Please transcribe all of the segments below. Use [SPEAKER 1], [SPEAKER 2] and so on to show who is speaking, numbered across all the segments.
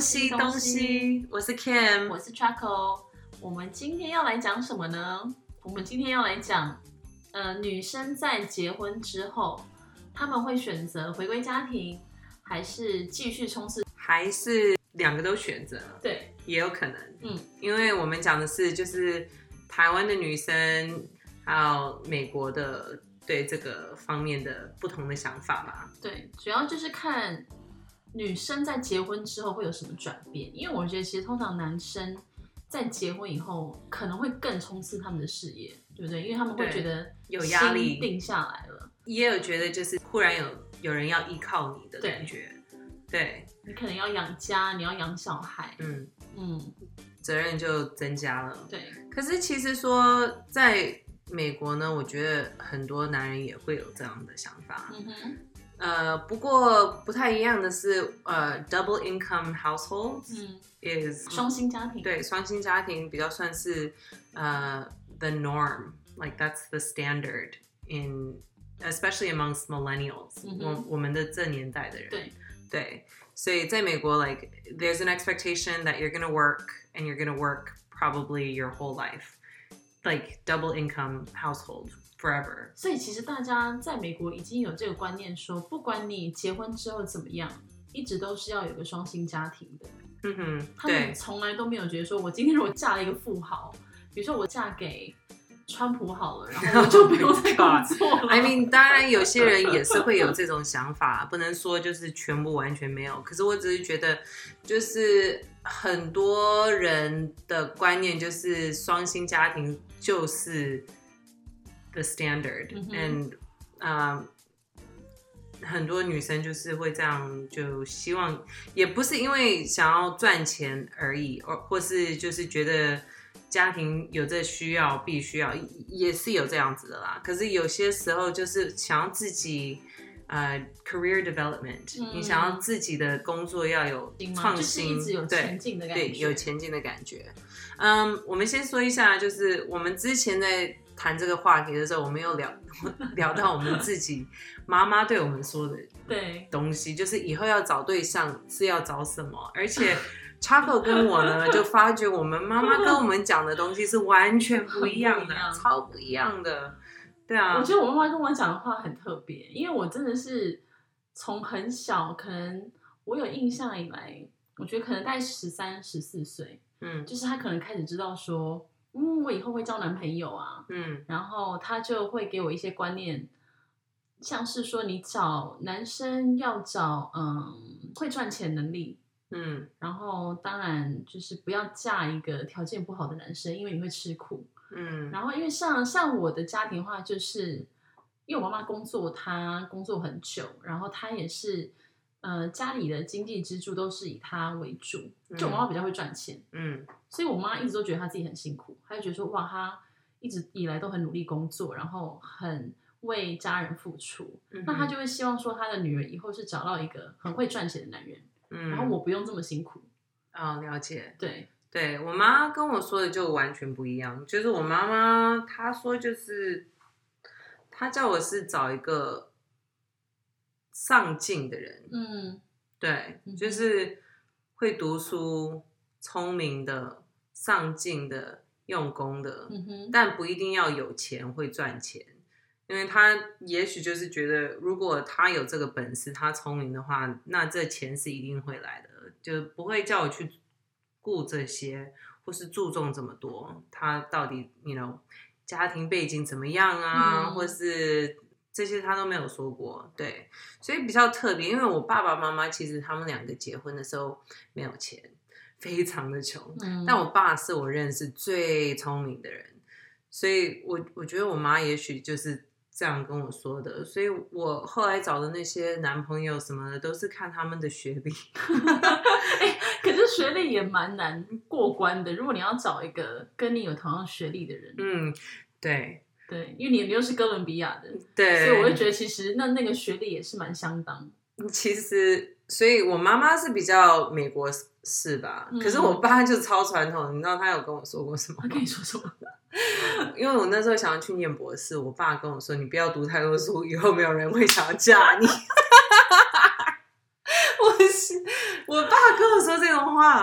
[SPEAKER 1] 西
[SPEAKER 2] 东
[SPEAKER 1] 东
[SPEAKER 2] 西
[SPEAKER 1] 西，我是 Kim，
[SPEAKER 2] 我是 Traco，我哦们今天要来讲什么呢？我们今天要来讲，呃，女生在结婚之后，她们会选择回归家庭，还是继续冲刺？
[SPEAKER 1] 还是两个都选择，
[SPEAKER 2] 对，
[SPEAKER 1] 也有可能，
[SPEAKER 2] 嗯，
[SPEAKER 1] 因为我们讲的是就是台湾的女生，还有美国的对这个方面的不同的想法吧。
[SPEAKER 2] 对，主要就是看女生在结婚之后会有什么转变，因为我觉得其实通常男生在结婚以后可能会更冲刺他们的事业，对不对？因为他们会
[SPEAKER 1] 对
[SPEAKER 2] 觉得
[SPEAKER 1] 有压力
[SPEAKER 2] 心定下来了，
[SPEAKER 1] 也有觉得就是忽然有有人要依靠你的
[SPEAKER 2] 对
[SPEAKER 1] 感觉，对，
[SPEAKER 2] 你可能要养家，你要养小孩，
[SPEAKER 1] 嗯，
[SPEAKER 2] 嗯，
[SPEAKER 1] 责任就增加了。
[SPEAKER 2] 对，
[SPEAKER 1] 可是其实说在美国呢，我觉得很多男人也会有这样的想法，
[SPEAKER 2] 嗯哼，
[SPEAKER 1] 呃，不过不太一样的是，呃，double income households
[SPEAKER 2] 嗯，
[SPEAKER 1] is
[SPEAKER 2] 双薪家庭，
[SPEAKER 1] 对双薪家庭比较算是呃 the norm，like that's the standard in especially amongst millennials，、
[SPEAKER 2] 嗯哼
[SPEAKER 1] 我我们的这年代的人，
[SPEAKER 2] 对
[SPEAKER 1] 对，所以在美国，like there's an expectation that you're gonna work and you're gonna work probably your whole life, like double income household forever。
[SPEAKER 2] 所以其实大家在美国已经有这个观念说，不管你结婚之后怎么样，一直都是要有个双薪家庭的。
[SPEAKER 1] 嗯哼，
[SPEAKER 2] 他
[SPEAKER 1] 对
[SPEAKER 2] 们，从来都没有觉得说，我今天如果嫁了一个富豪，比如说我嫁给川普好了，然后我就不用再 工作 了。
[SPEAKER 1] I mean，当然有些人也是会有这种想法，不能说就是全部完全没有。可是我只是觉得，就是很多人的观念就是双薪家庭就是 the standard，and、
[SPEAKER 2] 嗯哼
[SPEAKER 1] 呃很多女生就是会这样，就希望也不是因为想要赚钱而已，或或是就是觉得家庭有这需要，必须要也是有这样子的啦。可是有些时候就是想要自己呃 career development，、
[SPEAKER 2] 嗯
[SPEAKER 1] 你想要自己的工作要有
[SPEAKER 2] 行吗
[SPEAKER 1] 创
[SPEAKER 2] 就是
[SPEAKER 1] 新，
[SPEAKER 2] 一直有
[SPEAKER 1] 对
[SPEAKER 2] 前进的感觉，
[SPEAKER 1] 对，有前进的感觉。嗯、我们先说一下，就是我们之前在谈这个话题的时候，我们有聊 聊到我们自己妈妈对我们说的
[SPEAKER 2] 对，
[SPEAKER 1] 东西，就是以后要找对象是要找什么，而 且 Chaco 跟我呢，就发觉我们妈妈跟我们讲的东西是完全不一样的，
[SPEAKER 2] 很不一样
[SPEAKER 1] 超不一样的，对啊，
[SPEAKER 2] 我觉得我妈妈跟我讲的话很特别，因为我真的是从很小，可能我有印象以来，我觉得可能在十三、十四岁，
[SPEAKER 1] 嗯
[SPEAKER 2] 就是她可能开始知道说，嗯，我以后会交男朋友啊，
[SPEAKER 1] 嗯
[SPEAKER 2] 然后他就会给我一些观念，像是说你找男生要找嗯会赚钱能力，
[SPEAKER 1] 嗯
[SPEAKER 2] 然后当然就是不要嫁一个条件不好的男生，因为你会吃苦。
[SPEAKER 1] 嗯
[SPEAKER 2] 然后因为像像我的家庭的话，就是因为我妈妈工作，她工作很久，然后她也是呃家里的经济支柱都是以她为主，就我妈妈比较会赚钱，
[SPEAKER 1] 嗯
[SPEAKER 2] 所以我妈一直都觉得她自己很辛苦，她就觉得说哇，她一直以来都很努力工作，然后很为家人付出，
[SPEAKER 1] 嗯，
[SPEAKER 2] 那她就会希望说她的女儿以后是找到一个很会赚钱的男人，
[SPEAKER 1] 嗯，
[SPEAKER 2] 然后我不用这么辛苦。
[SPEAKER 1] 啊、了解，
[SPEAKER 2] 对，
[SPEAKER 1] 对我妈跟我说的就完全不一样，就是我妈妈她说就是，她叫我是找一个上进的人，
[SPEAKER 2] 嗯，
[SPEAKER 1] 对
[SPEAKER 2] 嗯哼，
[SPEAKER 1] 就是会读书、聪明的、上进的、用功的，
[SPEAKER 2] 嗯哼，
[SPEAKER 1] 但不一定要有钱会赚钱，因为他也许就是觉得，如果他有这个本事，他聪明的话，那这钱是一定会来的，就不会叫我去顾这些，或是注重这么多。他到底你 you know 家庭背景怎么样啊，
[SPEAKER 2] 嗯
[SPEAKER 1] 或是这些他都没有说过，对，所以比较特别，因为我爸爸妈妈其实他们两个结婚的时候没有钱，非常的穷，
[SPEAKER 2] 嗯，
[SPEAKER 1] 但我爸是我认识最聪明的人，所以我我觉得我妈也许就是这样跟我说的，所以我后来找的那些男朋友什么的，都是看他们的学历。
[SPEAKER 2] 可是学历也蛮难过关的。如果你要找一个跟你有同样学历的人，
[SPEAKER 1] 嗯，对
[SPEAKER 2] 对，因为你你又是哥伦比亚的，所
[SPEAKER 1] 对，
[SPEAKER 2] 以我会觉得其实那那个学历也是蛮相当。
[SPEAKER 1] 其实，所以我妈妈是比较美国式吧，
[SPEAKER 2] 嗯
[SPEAKER 1] 可是我爸就超传统，你知道他有跟我说过什么
[SPEAKER 2] 他
[SPEAKER 1] 吗
[SPEAKER 2] 跟你说什么？
[SPEAKER 1] 因为我那时候想要去念博士，我爸跟我说：“你不要读太多书，以后没有人 会想要嫁你。”我是我爸跟我说说这种话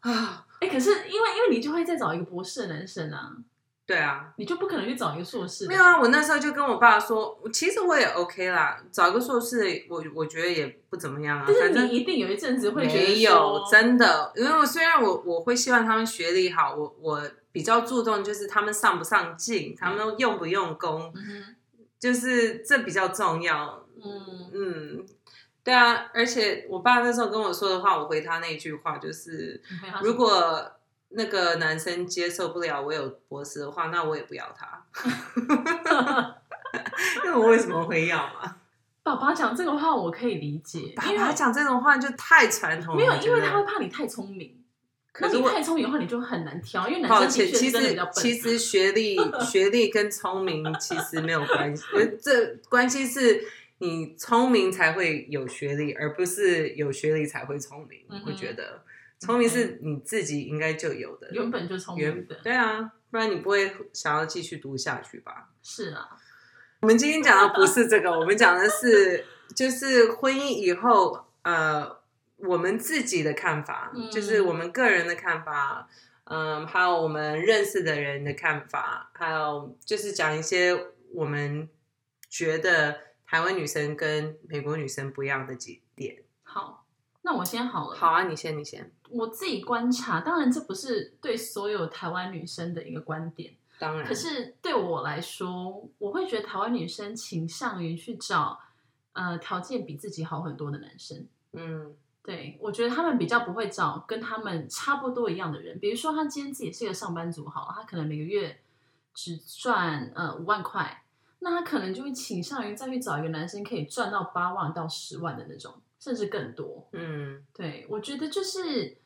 [SPEAKER 1] 啊？
[SPEAKER 2] 哎、可是因为因为你就会再找一个博士的男生啊，
[SPEAKER 1] 对啊，
[SPEAKER 2] 你就不可能去找一个硕士的。
[SPEAKER 1] 没有啊，我那时候就跟我爸说，其实我也 OK 啦，找个硕士，我我觉得也不怎么样啊。
[SPEAKER 2] 但是
[SPEAKER 1] 反正
[SPEAKER 2] 你一定有一阵子会觉得
[SPEAKER 1] 没有
[SPEAKER 2] 说，
[SPEAKER 1] 真的，因为我虽然我我会希望他们学历好，我我比较注重就是他们上不上进，他们用不用功，
[SPEAKER 2] 嗯哼
[SPEAKER 1] 就是这比较重要。
[SPEAKER 2] 嗯，
[SPEAKER 1] 嗯，对啊，而且我爸那时候跟我说的话，我回他那句话就是，
[SPEAKER 2] 你回答什么
[SPEAKER 1] 如果那个男生接受不了我有博士的话，那我也不要他。 那我为什么会要嘛？
[SPEAKER 2] 爸爸讲这个话，我可以理解，
[SPEAKER 1] 爸
[SPEAKER 2] 因为
[SPEAKER 1] 爸讲这种话就太传统了，
[SPEAKER 2] 没有
[SPEAKER 1] 我，觉
[SPEAKER 2] 因为
[SPEAKER 1] 得
[SPEAKER 2] 他会怕你太聪明。
[SPEAKER 1] 可是
[SPEAKER 2] 那你
[SPEAKER 1] 我
[SPEAKER 2] 太聪明的话，你就很难挑，因为 男
[SPEAKER 1] 抱
[SPEAKER 2] 生的
[SPEAKER 1] 歉，
[SPEAKER 2] 确
[SPEAKER 1] 其
[SPEAKER 2] 是真的比
[SPEAKER 1] 实
[SPEAKER 2] 较笨。
[SPEAKER 1] 其实学 历学历跟聪明其实没有关系，呃这关系是你聪明才会有学历，而不是有学历才会聪明。
[SPEAKER 2] 嗯哼
[SPEAKER 1] 我觉得聪明是你自己应该就有的，
[SPEAKER 2] 原本就聪明
[SPEAKER 1] 原
[SPEAKER 2] 的，
[SPEAKER 1] 对啊，不然你不会想要继续读下去吧？
[SPEAKER 2] 是啊，
[SPEAKER 1] 我们今天讲的不是这个，我们讲的是就是婚姻以后，呃，我们自己的看法，
[SPEAKER 2] 嗯
[SPEAKER 1] 就是我们个人的看法，嗯、还有我们认识的人的看法，还有就是讲一些我们觉得台湾女生跟美国女生不一样的几点。
[SPEAKER 2] 好，那我先好了。
[SPEAKER 1] 好啊，你先，你先，
[SPEAKER 2] 我自己观察，当然这不是对所有台湾女生的一个观点，
[SPEAKER 1] 当然，
[SPEAKER 2] 可是对我来说，我会觉得台湾女生倾向于去找呃条件比自己好很多的男生。
[SPEAKER 1] 嗯
[SPEAKER 2] 对，我觉得他们比较不会找跟他们差不多一样的人，比如说他今天自己是一个上班族，好了，他可能每个月只赚呃五万块，那他可能就会倾向于再去找一个男生可以赚到八万到十万的那种，甚至更多。
[SPEAKER 1] 嗯，
[SPEAKER 2] 对，我觉得就是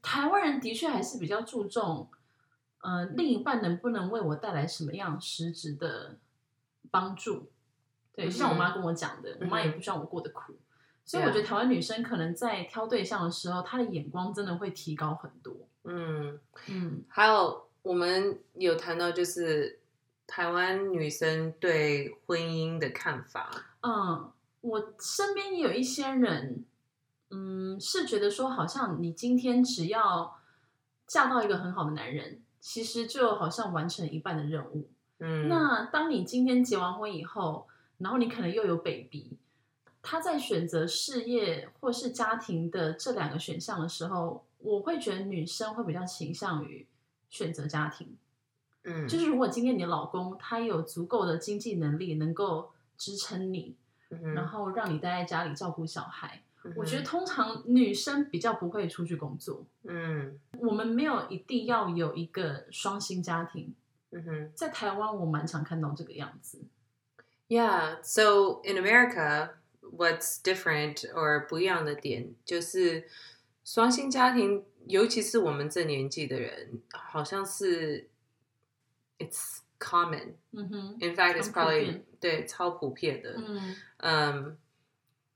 [SPEAKER 2] 台湾人的确还是比较注重，呃，另一半能不能为我带来什么样实质的帮助。对，就像我妈跟我讲的，我妈也
[SPEAKER 1] 嗯哼
[SPEAKER 2] 不希望我过得苦，所以我觉得台湾女生可能在挑对象的时候，她的眼光真的会提高很多。
[SPEAKER 1] 嗯。
[SPEAKER 2] 嗯，
[SPEAKER 1] 还有我们有谈到就是台湾女生对婚姻的看法，
[SPEAKER 2] 嗯，我身边也有一些人，嗯，是觉得说，好像你今天只要嫁到一个很好的男人，其实就好像完成一半的任务。
[SPEAKER 1] 嗯，
[SPEAKER 2] 那当你今天结完婚以后，然后你可能又有 baby，他在选择事业或是家庭的这两个选项的时候，我会觉得女生会比较倾向于选择家庭。
[SPEAKER 1] 嗯，
[SPEAKER 2] 就是如果今天你的老公他有足够的经济能力能够支撑你，
[SPEAKER 1] 嗯
[SPEAKER 2] 然后让你待在家里照顾小孩，
[SPEAKER 1] 嗯
[SPEAKER 2] 我觉得通常女生比较不会出去工作。
[SPEAKER 1] 嗯
[SPEAKER 2] 我们没有一定要有一个双薪家庭，
[SPEAKER 1] 嗯哼
[SPEAKER 2] 在台湾我蛮常看到这个样子。
[SPEAKER 1] ，Yeah. So in America, what's different or 不一样的点就是双薪家庭，尤其是我们这年纪的人，好像是 it's common.
[SPEAKER 2] 嗯哼，
[SPEAKER 1] In fact, it's
[SPEAKER 2] 很普
[SPEAKER 1] probably
[SPEAKER 2] 遍
[SPEAKER 1] 对超普遍的。
[SPEAKER 2] 嗯
[SPEAKER 1] 嗯，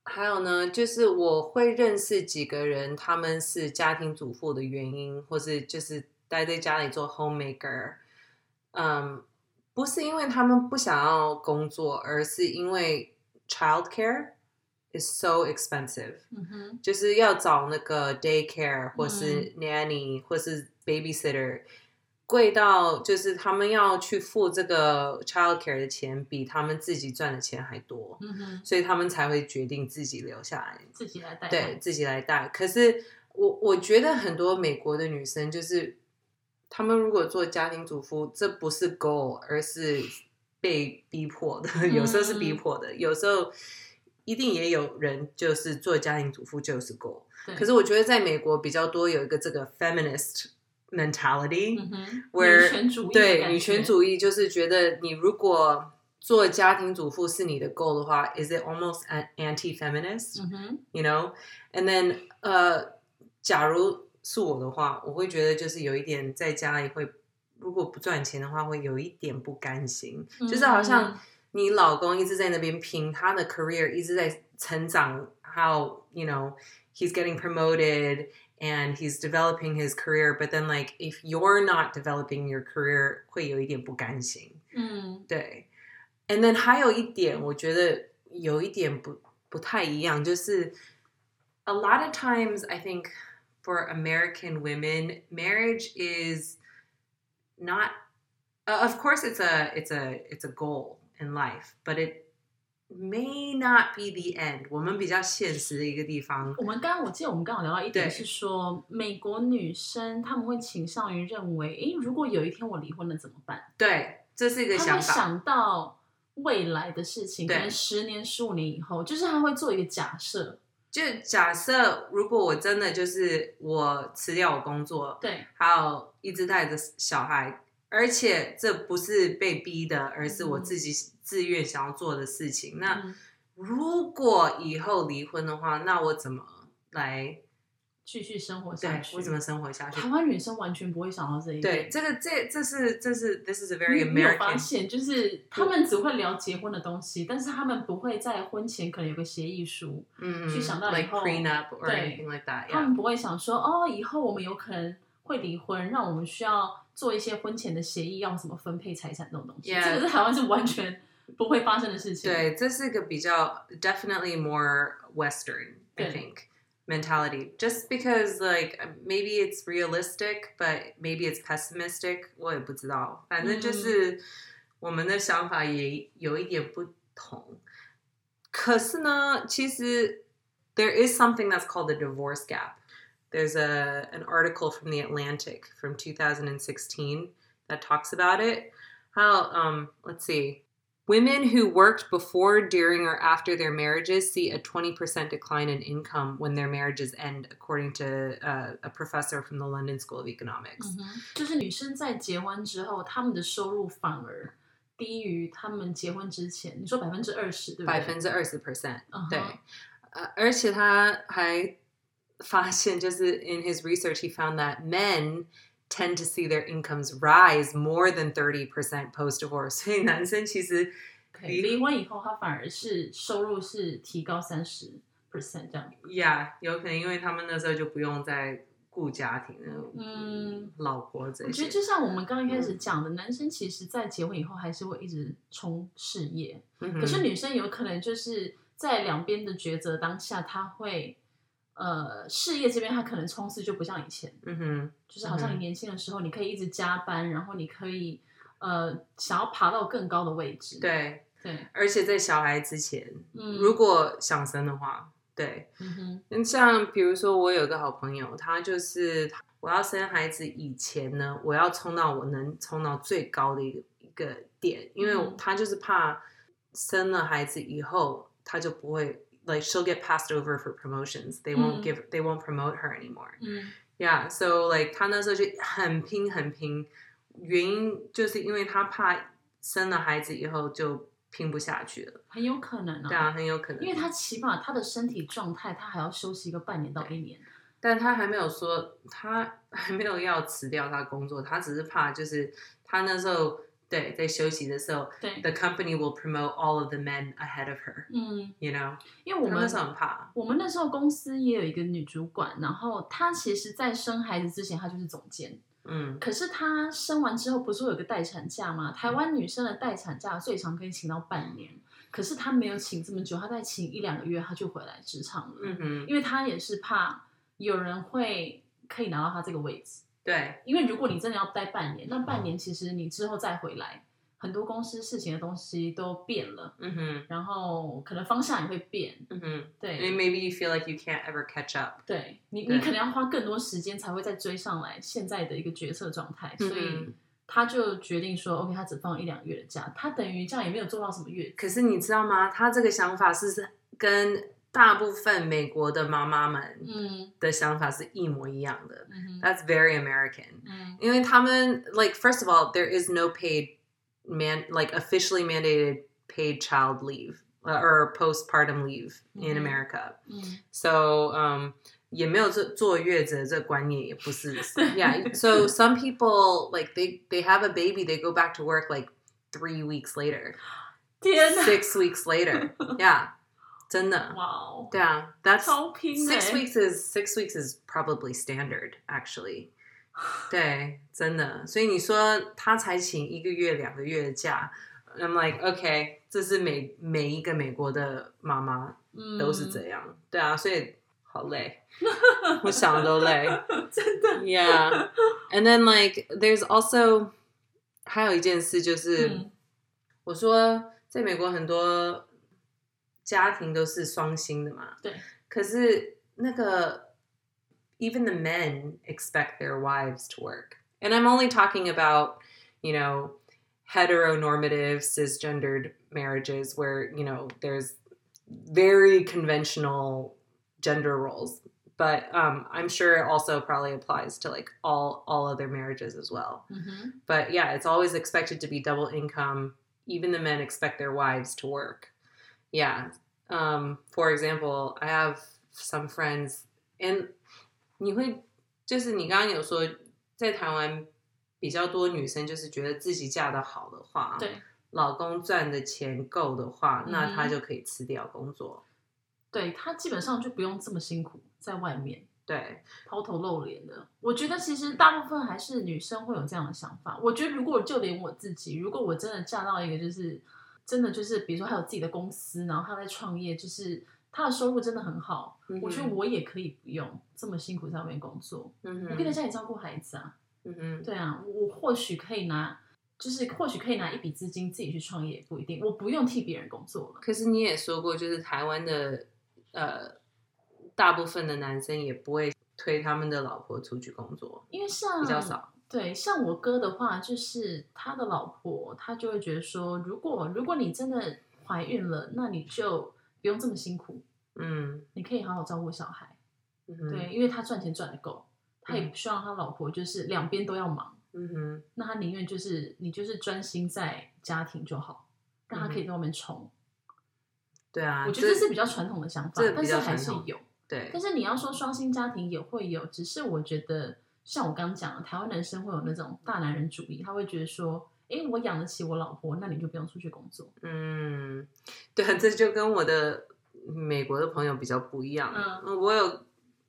[SPEAKER 1] 还有呢，就是我会认识几个人，他们是家庭主妇的原因，或是就是待在家里做 homemaker。嗯，不是因为他们不想要工作，而是因为 childcare is so expensive，
[SPEAKER 2] 嗯哼，
[SPEAKER 1] 就是要找那个 daycare 或是
[SPEAKER 2] 嗯
[SPEAKER 1] nanny、或是 babysitter。贵到就是他们要去付这个 childcare 的钱，比他们自己赚的钱还多。
[SPEAKER 2] 嗯哼，
[SPEAKER 1] 所以他们才会决定自己留下来，
[SPEAKER 2] 自己来带。
[SPEAKER 1] 对，自己来带。可是我我觉得很多美国的女生就是，她们如果做家庭主妇，这不是 goal，而是被逼迫的，有时候是逼
[SPEAKER 2] 嗯
[SPEAKER 1] 迫的，有时候一定也有人就是做家庭主妇就是 goal。
[SPEAKER 2] 对，
[SPEAKER 1] 可是我觉得在美国比较多有一个这个 feminist mentality，、
[SPEAKER 2] 嗯哼，
[SPEAKER 1] where-
[SPEAKER 2] 女权主义的感
[SPEAKER 1] 对
[SPEAKER 2] 觉
[SPEAKER 1] 女权，主义，就是觉得你如果做家庭主妇是你的 goal 的话，is it almost an anti-feminist？、
[SPEAKER 2] 嗯哼，
[SPEAKER 1] you know? And then 呃，假如是我的话，我会觉得就是有一点在家里会，如果不赚钱的话，会有一点不甘心，就是好像你老公一直在那边拼，他的 career 一直在成长，还有 you know he's getting promoted. And he's developing his career, but then like if you're not developing your career，会有一点不甘心。
[SPEAKER 2] 嗯
[SPEAKER 1] 对，and then 还有一点，我觉得有一点不不太一样，就是 a lot of times I think for American women, marriage is not. Uh, of course, it's a it's a it's a goal in life, but it may not be the end。我们比较现实的一个地方，
[SPEAKER 2] 我们刚刚我记得我们刚好聊到一
[SPEAKER 1] 对
[SPEAKER 2] 点是说，美国女生她们会倾向于认为，诶，如果有一天我离婚了怎么办？
[SPEAKER 1] 对，这是一个
[SPEAKER 2] 她
[SPEAKER 1] 想
[SPEAKER 2] 会
[SPEAKER 1] 法。
[SPEAKER 2] 想到未来的事情，可
[SPEAKER 1] 对
[SPEAKER 2] 能十年、十五年以后，就是她会做一个假设。
[SPEAKER 1] 就假设如果我真的就是我辞掉我工作，
[SPEAKER 2] 对，
[SPEAKER 1] 还有一直带着小孩，而且这不是被逼的，而是我自己自愿想要做的事情。那
[SPEAKER 2] 嗯
[SPEAKER 1] 如果以后离婚的话，那我怎么来？
[SPEAKER 2] 继续生活
[SPEAKER 1] 对
[SPEAKER 2] 下去。
[SPEAKER 1] 我怎么生活下去
[SPEAKER 2] 台？湾女生完全不会想到这一
[SPEAKER 1] 对，
[SPEAKER 2] 点。
[SPEAKER 1] 这个这这是这是 this is a
[SPEAKER 2] 你
[SPEAKER 1] very
[SPEAKER 2] 你有发
[SPEAKER 1] American，
[SPEAKER 2] 现，就是他们只会聊结婚的东西，但是他们不会在婚前可能有个协议书，
[SPEAKER 1] 嗯，
[SPEAKER 2] 去想到
[SPEAKER 1] like
[SPEAKER 2] 以后
[SPEAKER 1] prenup or
[SPEAKER 2] 对
[SPEAKER 1] anything like that，
[SPEAKER 2] 他
[SPEAKER 1] yeah
[SPEAKER 2] 们不会想说哦，以后我们有可能会离婚，让我们需要做一些婚前的协议，要怎么分配财产这种东西。
[SPEAKER 1] Yeah
[SPEAKER 2] 这个在台湾是完全不会发生的事情。，
[SPEAKER 1] 对，这是个比较 definitely more Western, I
[SPEAKER 2] 对。
[SPEAKER 1] think, mentality. Just because like maybe it's realistic, but maybe it's pessimistic. 我也不知道，反正就是我们的想法也有一点不同。可是呢，其实 there is something that's called the divorce gap. There's a an article from the Atlantic from 2016 that talks about it. How um let's see. Women who worked before, during, or after their marriages see a 20% decline in income when their marriages end, according to uh, a professor from the London School of Economics.
[SPEAKER 2] 嗯哼，就是女生在结婚之后，她们的收入反而低于她们结婚之前，你说百分之二十，对不对？
[SPEAKER 1] 百分之二十 percent，
[SPEAKER 2] 嗯哼
[SPEAKER 1] 对，呃，而且他还发现，就是 in his research he found that men tend to see their incomes rise more than thirty percent post divorce，所 以男生其实
[SPEAKER 2] OK，离婚以后，她反而是收入是提高三十 percent 这样。
[SPEAKER 1] ，yeah，有可能因为他们那时候就不用再顾家庭了，
[SPEAKER 2] 嗯，
[SPEAKER 1] 老婆这
[SPEAKER 2] 我觉
[SPEAKER 1] 些
[SPEAKER 2] 得，就像我们刚刚一开始
[SPEAKER 1] 嗯
[SPEAKER 2] 讲的，男生其实在结婚以后还是会一直冲事业，
[SPEAKER 1] 嗯哼
[SPEAKER 2] 可是女生有可能就是在两边的抉择当下，她会呃事业这边她可能冲刺就不像以前，
[SPEAKER 1] 嗯哼，
[SPEAKER 2] 就是好像你年轻的时候你可以一直加班，然后你可以呃想要爬到更高的位置。
[SPEAKER 1] 对，
[SPEAKER 2] 对，
[SPEAKER 1] 而且在小孩之前，
[SPEAKER 2] 嗯，
[SPEAKER 1] 如果想生的话，对，
[SPEAKER 2] 嗯哼
[SPEAKER 1] 嗯，像比如说，我有一个好朋友，他就是我要生孩子以前呢，我要冲到我能冲到最高的一个一个点，因为
[SPEAKER 2] 嗯
[SPEAKER 1] 他就是怕生了孩子以后，他就不会 like she'll get passed over for promotions. They won't
[SPEAKER 2] 嗯
[SPEAKER 1] give they won't promote her anymore.
[SPEAKER 2] 嗯
[SPEAKER 1] Yeah, so like 他那时候就很拼很拼，原因就是因为他怕生了孩子以后就拼不下去了。
[SPEAKER 2] 很有可能啊，
[SPEAKER 1] 对啊，很有可能，
[SPEAKER 2] 因为她起码她的身体状态，她还要休息个半年到一年。
[SPEAKER 1] 但他还没有说，他 还没有要辞掉他工作，他只是怕就是他那时候对在休息的时候
[SPEAKER 2] 对，
[SPEAKER 1] ，the company will promote all of the men ahead of her，you
[SPEAKER 2] 嗯，
[SPEAKER 1] know，
[SPEAKER 2] 因为我
[SPEAKER 1] 他啊那
[SPEAKER 2] 们
[SPEAKER 1] 时候很怕，
[SPEAKER 2] 我们那时候公司也有一个女主管，然后她其实，在生孩子之前，她就是总监。
[SPEAKER 1] 嗯
[SPEAKER 2] 可是她生完之后，不是会有个待产假吗？台湾女生的待产假最长可以请到半年，可是她没有请这么久，她再请一两个月，她就回来职场了，
[SPEAKER 1] 嗯哼，
[SPEAKER 2] 因为她也是怕有人会可以拿到她这个位置。
[SPEAKER 1] 对
[SPEAKER 2] 因为如果你真的要待半年，那半年其实你之后再回来，很多公司事情的东西都变了，
[SPEAKER 1] 嗯哼
[SPEAKER 2] 然后可能方向也会变，
[SPEAKER 1] 嗯哼
[SPEAKER 2] 对。
[SPEAKER 1] ，and maybe you feel like you can't ever catch up，
[SPEAKER 2] 对你，
[SPEAKER 1] 对
[SPEAKER 2] 你可能要花更多时间才会再追上来现在的一个决策状态，所以
[SPEAKER 1] 嗯
[SPEAKER 2] 他就决定说，OK，他只放一两个月的假，他等于这样也没有做到什么月。
[SPEAKER 1] 可是你知道吗？他这个想法是跟大部分美国的妈妈们
[SPEAKER 2] 嗯
[SPEAKER 1] 的想法是一模一样的
[SPEAKER 2] 嗯哼
[SPEAKER 1] ，that's very American。
[SPEAKER 2] 嗯
[SPEAKER 1] 因为他们 like first of all there is no paid man like officially mandated paid child leave uh, or postpartum leave in
[SPEAKER 2] 嗯哼。
[SPEAKER 1] America.
[SPEAKER 2] 嗯
[SPEAKER 1] So um 也没有坐坐月子这观念也不是
[SPEAKER 2] 对。
[SPEAKER 1] yeah. So some people like they they have a baby they go back to work like three weeks later,
[SPEAKER 2] 天哪，
[SPEAKER 1] six weeks later. Yeah, 真的。
[SPEAKER 2] 哇哦，
[SPEAKER 1] Yeah, that's
[SPEAKER 2] 超拼欸的、
[SPEAKER 1] six weeks is six weeks is probably standard actually 对真的所以你说他才请一个月两个月的假 I'm like OK 这是每每一个美国的妈妈
[SPEAKER 2] 嗯
[SPEAKER 1] 都是这样、对啊所以好累，我想了都 累。Yeah. And then like there's also 还有一件事就是，
[SPEAKER 2] 嗯
[SPEAKER 1] 我说在美国很多家庭都是双薪的嘛，
[SPEAKER 2] 对。
[SPEAKER 1] 可是那个 even the men expect their wives to work. And I'm only talking about, you know, heteronormative cisgendered marriages where, you know, there's very conventional gender roles. But um, I'm sure it also probably applies to like all all other marriages as well.
[SPEAKER 2] 嗯哼，
[SPEAKER 1] But yeah, it's always expected to be double income. Even the men expect their wives to work. Yeah. Um, for example, I have some friends, and 你会就是你刚刚有说，在台湾比较多女生就是觉得自己嫁得好的话，
[SPEAKER 2] 对
[SPEAKER 1] 老公赚的钱够的话，
[SPEAKER 2] 嗯
[SPEAKER 1] 那她就可以辞掉工作。
[SPEAKER 2] 对，他基本上就不用这么辛苦在外面。
[SPEAKER 1] 对，
[SPEAKER 2] 抛头露脸的。我觉得其实大部分还是女生会有这样的想法。我觉得如果就连我自己，如果我真的嫁到一个就是真的就是，比如说他有自己的公司，然后他在创业，就是他的收入真的很好，
[SPEAKER 1] 嗯哼
[SPEAKER 2] 我觉得我也可以不用这么辛苦在外面工作，
[SPEAKER 1] 嗯
[SPEAKER 2] 我可以在
[SPEAKER 1] 哼，
[SPEAKER 2] 家里照顾孩子啊。
[SPEAKER 1] 嗯哼，
[SPEAKER 2] 对啊，我或许可以拿。就是或许可以拿一笔资金自己去创业，不一定，我不用替别人工作了。
[SPEAKER 1] 可是你也说过，就是台湾的呃，大部分的男生也不会推他们的老婆出去工作。
[SPEAKER 2] 因为像
[SPEAKER 1] 比较少。
[SPEAKER 2] 对，像我哥的话，就是他的老婆，他就会觉得说，如果如果你真的怀孕了，那你就不用这么辛苦，
[SPEAKER 1] 嗯，
[SPEAKER 2] 你可以好好照顾小孩。
[SPEAKER 1] 嗯哼，
[SPEAKER 2] 对，因为他赚钱赚的够，他也
[SPEAKER 1] 嗯
[SPEAKER 2] 不希望他老婆就是两边都要忙，
[SPEAKER 1] 嗯哼，
[SPEAKER 2] 那他宁愿就是你就是专心在家庭就好，让他可以在外面冲。
[SPEAKER 1] 对嗯啊，
[SPEAKER 2] 我觉得这是比较传统的想法
[SPEAKER 1] 这，
[SPEAKER 2] 但
[SPEAKER 1] 比
[SPEAKER 2] 是
[SPEAKER 1] 较
[SPEAKER 2] 还
[SPEAKER 1] 传
[SPEAKER 2] 是
[SPEAKER 1] 统
[SPEAKER 2] 有。
[SPEAKER 1] 对
[SPEAKER 2] 但，是你要说双薪家庭也会有，只是我觉得像我刚刚讲的，台湾男生会有那种大男人主义，他会觉得说，诶，我养得起我老婆，那你就不用出去工作。
[SPEAKER 1] 嗯，对啊，这就跟我的美国的朋友比较不一样。
[SPEAKER 2] 嗯
[SPEAKER 1] 嗯我有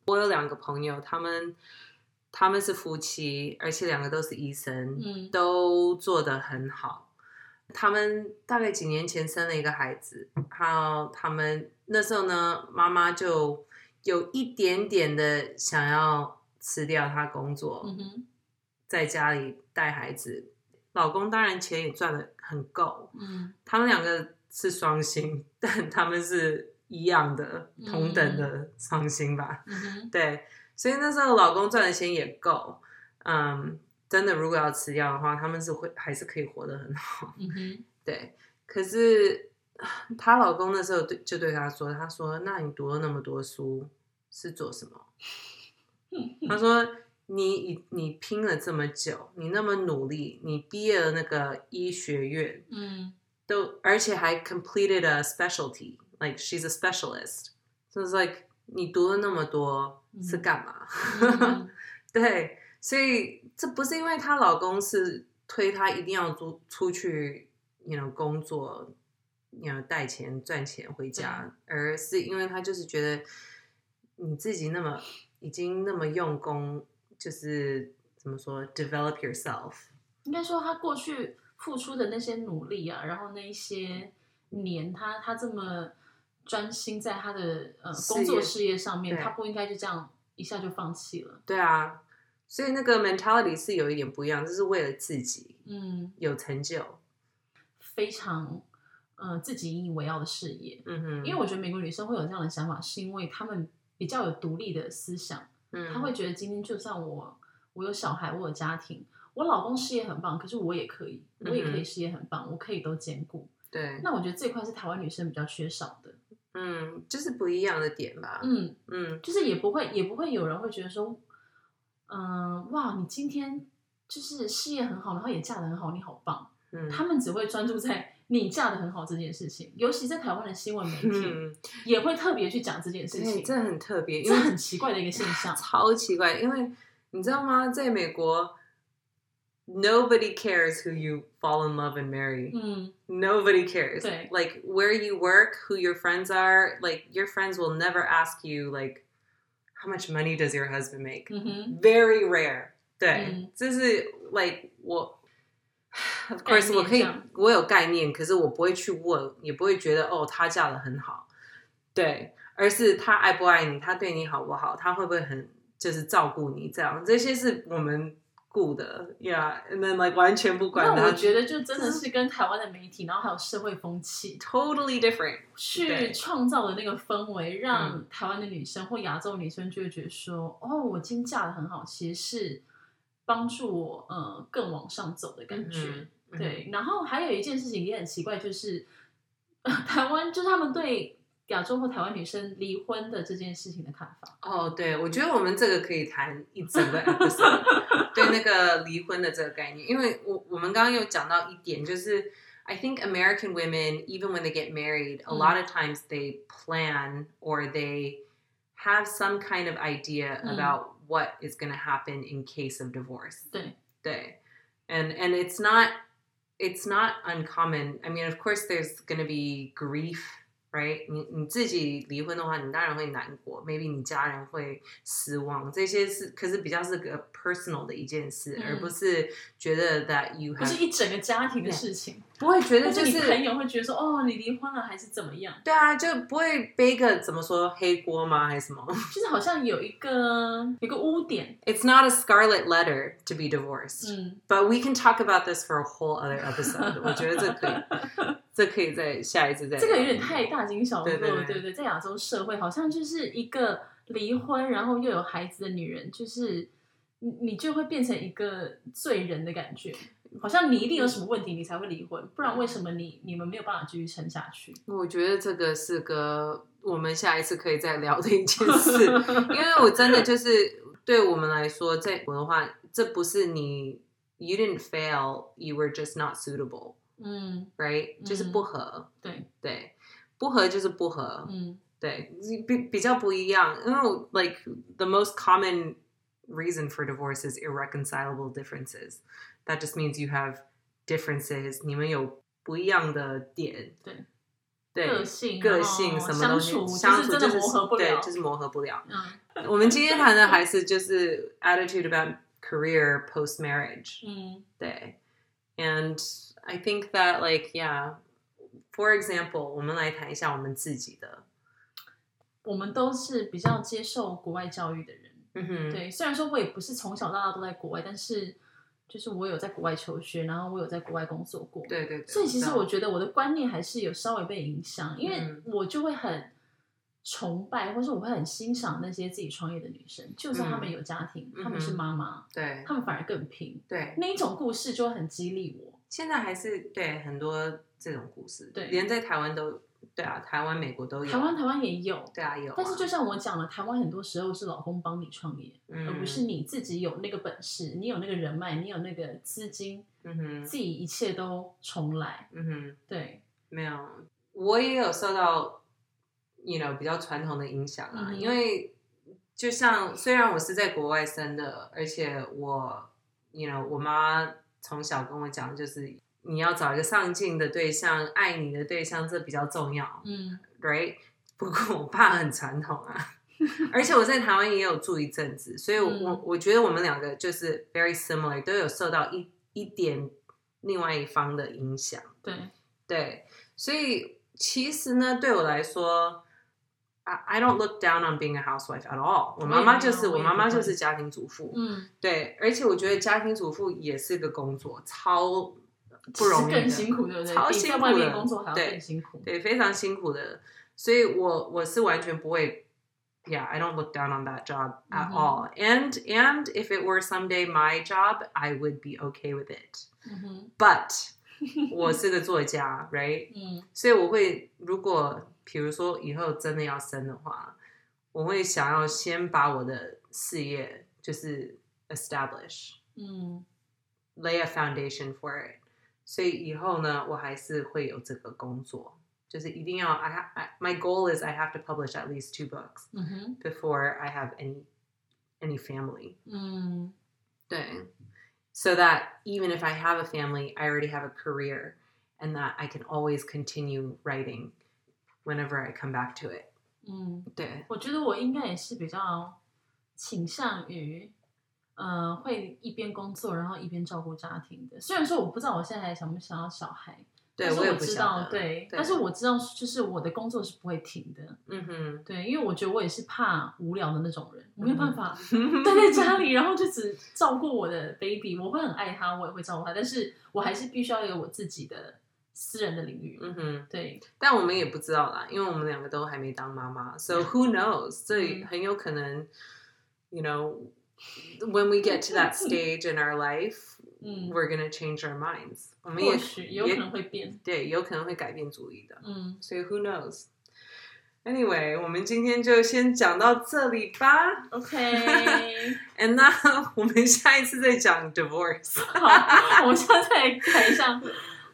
[SPEAKER 1] 我有两个朋友，他们他们是夫妻，而且两个都是医生，
[SPEAKER 2] 嗯
[SPEAKER 1] 都做得很好。他们大概几年前生了一个孩子，然后他们那时候呢，妈妈就有一点点的想要辞掉她工作，
[SPEAKER 2] 嗯哼，
[SPEAKER 1] 在家里带孩子，老公当然钱也赚的很够，
[SPEAKER 2] 嗯
[SPEAKER 1] 他们两个是双薪，但他们是一样的
[SPEAKER 2] 嗯
[SPEAKER 1] 同等的双薪吧？
[SPEAKER 2] 嗯哼，
[SPEAKER 1] 对，所以那时候老公赚的钱也够，嗯，真的如果要吃药的话，他们是会还是可以活得很好，
[SPEAKER 2] 嗯哼，
[SPEAKER 1] 对。可是啊她老公那时候对就对她说，他说：“那你读了那么多书是做什么？”他说：“你你拼了这么久，你那么努力，你毕业了那个医学院，
[SPEAKER 2] 嗯
[SPEAKER 1] 都而且还 completed a specialty, like she's a specialist. So it's like 你读了那么多
[SPEAKER 2] 嗯
[SPEAKER 1] 是干嘛？
[SPEAKER 2] 嗯
[SPEAKER 1] 对，所以这不是因为她老公是推她一定要出出去，you know 工作，you know 带钱赚钱回家，而是因为她就是觉得你自己那么已经那么用功，就是怎么说 develop yourself，
[SPEAKER 2] 应该说他过去付出的那些努力啊，然后那一些年他他这么专心在他的呃
[SPEAKER 1] 事业
[SPEAKER 2] 工作事业上面，
[SPEAKER 1] 对
[SPEAKER 2] 他不应该就这样一下就放弃了。
[SPEAKER 1] 对啊，所以那个 mentality 是有一点不一样，就是为了自己
[SPEAKER 2] 嗯，
[SPEAKER 1] 有成就。
[SPEAKER 2] 非常呃自己引以为傲的事业。
[SPEAKER 1] 嗯哼，
[SPEAKER 2] 因为我觉得美国女生会有这样的想法，是因为她们比较有独立的思想，
[SPEAKER 1] 嗯
[SPEAKER 2] 她会觉得今天就算我我有小孩，我有家庭，我老公事业很棒，可是我也可以，
[SPEAKER 1] 嗯哼嗯
[SPEAKER 2] 我也可以事业很棒，我可以都兼顾。
[SPEAKER 1] 对，
[SPEAKER 2] 那我觉得这一块是台湾女生比较缺少的，
[SPEAKER 1] 嗯，就是不一样的点吧。
[SPEAKER 2] 嗯，
[SPEAKER 1] 嗯
[SPEAKER 2] 就是也不会也不会有人会觉得说，嗯、哇，你今天就是事业很好，然后也嫁得很好，你好棒。
[SPEAKER 1] 嗯，
[SPEAKER 2] 他们只会专注在你嫁得很好这件事情，尤其在台湾的新闻媒体。
[SPEAKER 1] 嗯，
[SPEAKER 2] 也会特别去讲这件事
[SPEAKER 1] 对，
[SPEAKER 2] 情，
[SPEAKER 1] 这很特别，因
[SPEAKER 2] 这
[SPEAKER 1] 为。
[SPEAKER 2] 很奇怪的一个现象
[SPEAKER 1] 超奇怪，因为你知道吗？在美国，nobody cares who you fall in love and marry.
[SPEAKER 2] 嗯，
[SPEAKER 1] Nobody cares.
[SPEAKER 2] 对
[SPEAKER 1] Like where you work, who your friends are. Like your friends will never ask you like, how much money does your husband make?
[SPEAKER 2] 嗯哼，
[SPEAKER 1] Very rare. 对
[SPEAKER 2] 嗯，
[SPEAKER 1] 这是 like 我。Of course，
[SPEAKER 2] 概念
[SPEAKER 1] 我可以
[SPEAKER 2] 这样，
[SPEAKER 1] 我有概念，可是我不会去问，也不会觉得哦，她嫁的很好。对，而是他爱不爱你，他对你好不好，他会不会很就是照顾你这样，这些是我们顾的，Yeah，and then like 完全不管
[SPEAKER 2] 那
[SPEAKER 1] 他
[SPEAKER 2] 我觉得就真的是跟台湾的媒体，然后还有社会风气
[SPEAKER 1] ，totally different，对
[SPEAKER 2] 去创造的那个氛围，让台湾的女生或亚洲女生就会觉得说，哦，我今天嫁的很好，其实是帮助我呃更往上走的感觉。
[SPEAKER 1] 嗯嗯
[SPEAKER 2] 对，然后还有一件事情也很奇怪，就是、呃台湾就是他们对亚洲或台湾女生离婚的这件事情的看法。
[SPEAKER 1] 哦，对，我觉得我们这个可以谈一整个 episode，对那个离婚的这个概念，因为我我们刚刚有讲到一点，就是 I think American women, even when they get married, a
[SPEAKER 2] 嗯
[SPEAKER 1] lot of times they plan or they have some kind of idea
[SPEAKER 2] 嗯
[SPEAKER 1] about what is going to happen in case of divorce.
[SPEAKER 2] 对，
[SPEAKER 1] day and and it's not it's not uncommon i mean of course there's going to be grief right 你你自己离婚的话，你当然会难过，maybe你家人会失望，这些是可是比较是个 personal 的一件事，
[SPEAKER 2] 嗯。
[SPEAKER 1] 而不是觉得 that you
[SPEAKER 2] 不
[SPEAKER 1] have
[SPEAKER 2] 是一整个家庭的事情，但是
[SPEAKER 1] 不会觉得就是
[SPEAKER 2] 你朋友会觉得说，哦，你离婚了还是怎么样？
[SPEAKER 1] 对啊，就不会背个怎么说黑锅吗？还是什么？It's
[SPEAKER 2] 就是好像有一个有一个污点，
[SPEAKER 1] not a scarlet letter to be divorced,
[SPEAKER 2] 嗯，
[SPEAKER 1] but we can talk about this for a whole other episode. 我觉得这可以这可以在下一次再聊。
[SPEAKER 2] 这个有点太大惊小怪了，
[SPEAKER 1] 对对对
[SPEAKER 2] 对不对？在亚洲社会，好像就是一个离婚然后又有孩子的女人，就是你你就会变成一个罪人的感觉，好像你一定有什么问题你才会离婚，不然为什么你你们没有办法继续撑 下去？
[SPEAKER 1] 我觉得这个是个我们下一次可以再聊的一 件事，因为我真的就是对我们来说，在我的话，这不是你 you didn't fail, you were just not suitable,
[SPEAKER 2] 嗯，
[SPEAKER 1] right？、
[SPEAKER 2] 嗯
[SPEAKER 1] 就是不合，
[SPEAKER 2] 对，
[SPEAKER 1] 对，不合就是不合，
[SPEAKER 2] 嗯，
[SPEAKER 1] 对，比比较不一样，因为我 like the most common reason for divorce is irreconcilable differences. That just means you have differences. 你们有不一样的点，
[SPEAKER 2] 对，
[SPEAKER 1] 对
[SPEAKER 2] 个，性、
[SPEAKER 1] 个性
[SPEAKER 2] 然后
[SPEAKER 1] 什么东西，
[SPEAKER 2] 相
[SPEAKER 1] 相
[SPEAKER 2] 处
[SPEAKER 1] 处就
[SPEAKER 2] 就是真
[SPEAKER 1] 是
[SPEAKER 2] 的磨合不
[SPEAKER 1] 对
[SPEAKER 2] 了，，
[SPEAKER 1] 就是磨合不了。
[SPEAKER 2] 嗯
[SPEAKER 1] 我们今天谈的还是就是 attitude about career post marriage.
[SPEAKER 2] 嗯
[SPEAKER 1] day. And I think that, like, yeah, for example, 我们来谈一下我们自己的。嗯哼，
[SPEAKER 2] 我们都是比较接受国外教育的人。对，虽然说我也不是从小到大都在国外，但是就是我有在国外求学，然后我有在国外工作过。，
[SPEAKER 1] 对对对，
[SPEAKER 2] 所以其实我觉得我的观念还是有稍微被影响，因为
[SPEAKER 1] 嗯
[SPEAKER 2] 我就会很崇拜，或是我会很欣赏那些自己创业的女生，就算她们有家庭，
[SPEAKER 1] 嗯
[SPEAKER 2] 她们是妈妈，她们反而更拼，
[SPEAKER 1] 对对，
[SPEAKER 2] 那一种故事就会很激励我。
[SPEAKER 1] 现在还是对很多这种故事，
[SPEAKER 2] 对
[SPEAKER 1] 连在台湾都对啊，台湾、美国都有，
[SPEAKER 2] 台湾台湾也有，
[SPEAKER 1] 对啊有啊，
[SPEAKER 2] 但是就像我讲了，台湾很多时候是老公帮你创业，
[SPEAKER 1] 嗯
[SPEAKER 2] 而不是你自己有那个本事，你有那个人脉，你有那个资金。
[SPEAKER 1] 嗯哼
[SPEAKER 2] 自己一切都重来。
[SPEAKER 1] 嗯哼，
[SPEAKER 2] 对，
[SPEAKER 1] 没有，我也有受到，you know 比较传统的影响啊，
[SPEAKER 2] 嗯哼
[SPEAKER 1] 因为就像虽然我是在国外生的，而且我，you know 我妈从小跟我讲，就是你要找一个上进的对象，爱你的对象，这比较重要，
[SPEAKER 2] 嗯
[SPEAKER 1] right？不 过我爸很传统 啊，而且我在台湾也有住一阵子，所以我、
[SPEAKER 2] 嗯
[SPEAKER 1] 我我觉得我们两个就是 very similar，都有受到一一点另外一方的影响。
[SPEAKER 2] 对，
[SPEAKER 1] 对，所以其实呢，对我来说，I I don't look down on being a housewife at all。我妈妈就是
[SPEAKER 2] 我
[SPEAKER 1] 我
[SPEAKER 2] 也没
[SPEAKER 1] 妈
[SPEAKER 2] 有
[SPEAKER 1] 妈就
[SPEAKER 2] 我也不
[SPEAKER 1] 是家庭主妇，
[SPEAKER 2] 嗯，
[SPEAKER 1] 对，而且我觉得家庭主妇也是个工作，超不容易
[SPEAKER 2] 是更
[SPEAKER 1] 的。
[SPEAKER 2] 辛苦，对不对？
[SPEAKER 1] 超
[SPEAKER 2] 比
[SPEAKER 1] 辛
[SPEAKER 2] 在
[SPEAKER 1] 苦
[SPEAKER 2] 外面
[SPEAKER 1] 的
[SPEAKER 2] 工作还要
[SPEAKER 1] 对
[SPEAKER 2] 更辛苦。
[SPEAKER 1] 对，非常辛苦的。所以我我是完全不会，Yeah, I don't look down on that job at
[SPEAKER 2] 嗯哼
[SPEAKER 1] all. And and if it were someday my job, I would be okay with it.
[SPEAKER 2] 嗯哼，
[SPEAKER 1] But 我是个作家，right？
[SPEAKER 2] 嗯
[SPEAKER 1] 所以我会，如果比如说以后真的要生的话，我会想要先把我的事业就是 establish。
[SPEAKER 2] 嗯
[SPEAKER 1] lay a foundation for it。所以以后呢，我还是会有这个工作，就是一定要 I, ha- I my goal is I have to publish at least two books
[SPEAKER 2] 嗯哼，
[SPEAKER 1] before I have any any family.
[SPEAKER 2] 嗯，
[SPEAKER 1] 对，so that even if I have a family, I already have a career, and that I can always continue writing whenever I come back to it.
[SPEAKER 2] 嗯，
[SPEAKER 1] 对，
[SPEAKER 2] 我觉得我应该也是比较倾向于。呃，会一边工作，然后一边照顾家庭的。虽然说我不知道我现在还想不想要小孩，
[SPEAKER 1] 对
[SPEAKER 2] 但是
[SPEAKER 1] 我也不
[SPEAKER 2] 知
[SPEAKER 1] 晓
[SPEAKER 2] 道
[SPEAKER 1] 得，，
[SPEAKER 2] 对，但是我知道，就是我的工作是不会停的，
[SPEAKER 1] 嗯哼，
[SPEAKER 2] 对，因为我觉得我也是怕无聊的那种人，我没有
[SPEAKER 1] 嗯
[SPEAKER 2] 办 法 待在家里，然后就只照顾我的 baby，我会很爱他，我也会照顾他，但是我还是必须要有我自己的私人的领域，
[SPEAKER 1] 嗯哼。
[SPEAKER 2] 对，
[SPEAKER 1] 但我们也不知道啦，因为我们两个都还没当妈妈，so who knows？所以很有可能，you know，when we get to that stage in our life,
[SPEAKER 2] 嗯，
[SPEAKER 1] we're gonna change our minds。我们
[SPEAKER 2] 或
[SPEAKER 1] 也
[SPEAKER 2] 许也有可能会变，
[SPEAKER 1] 对，有可能会改变主意的，
[SPEAKER 2] 嗯，
[SPEAKER 1] 所以 who knows？Anyway，我们今天就先讲到这里吧。
[SPEAKER 2] OK，
[SPEAKER 1] And 那 我们下一次再讲 divorce。
[SPEAKER 2] 好，我们现在看一下，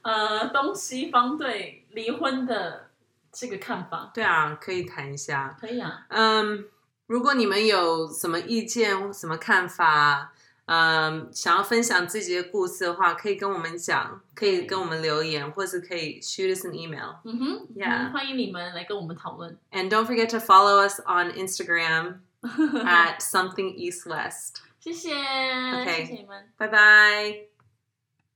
[SPEAKER 2] 呃，东西方对离婚的这个看法，
[SPEAKER 1] 对啊，可以谈一下。
[SPEAKER 2] 可以啊，
[SPEAKER 1] 嗯，如果你们有什么意见、什么看法，嗯，想要分享自己的故事的话，可以跟我们讲，可以跟我们留言，或是可以 shoot us an email。
[SPEAKER 2] 嗯哼
[SPEAKER 1] Yeah
[SPEAKER 2] 嗯欢迎你们来跟我们讨论。
[SPEAKER 1] And don't forget to follow us on Instagram at something east west.
[SPEAKER 2] 谢谢
[SPEAKER 1] OK
[SPEAKER 2] 谢谢你们。
[SPEAKER 1] Bye bye.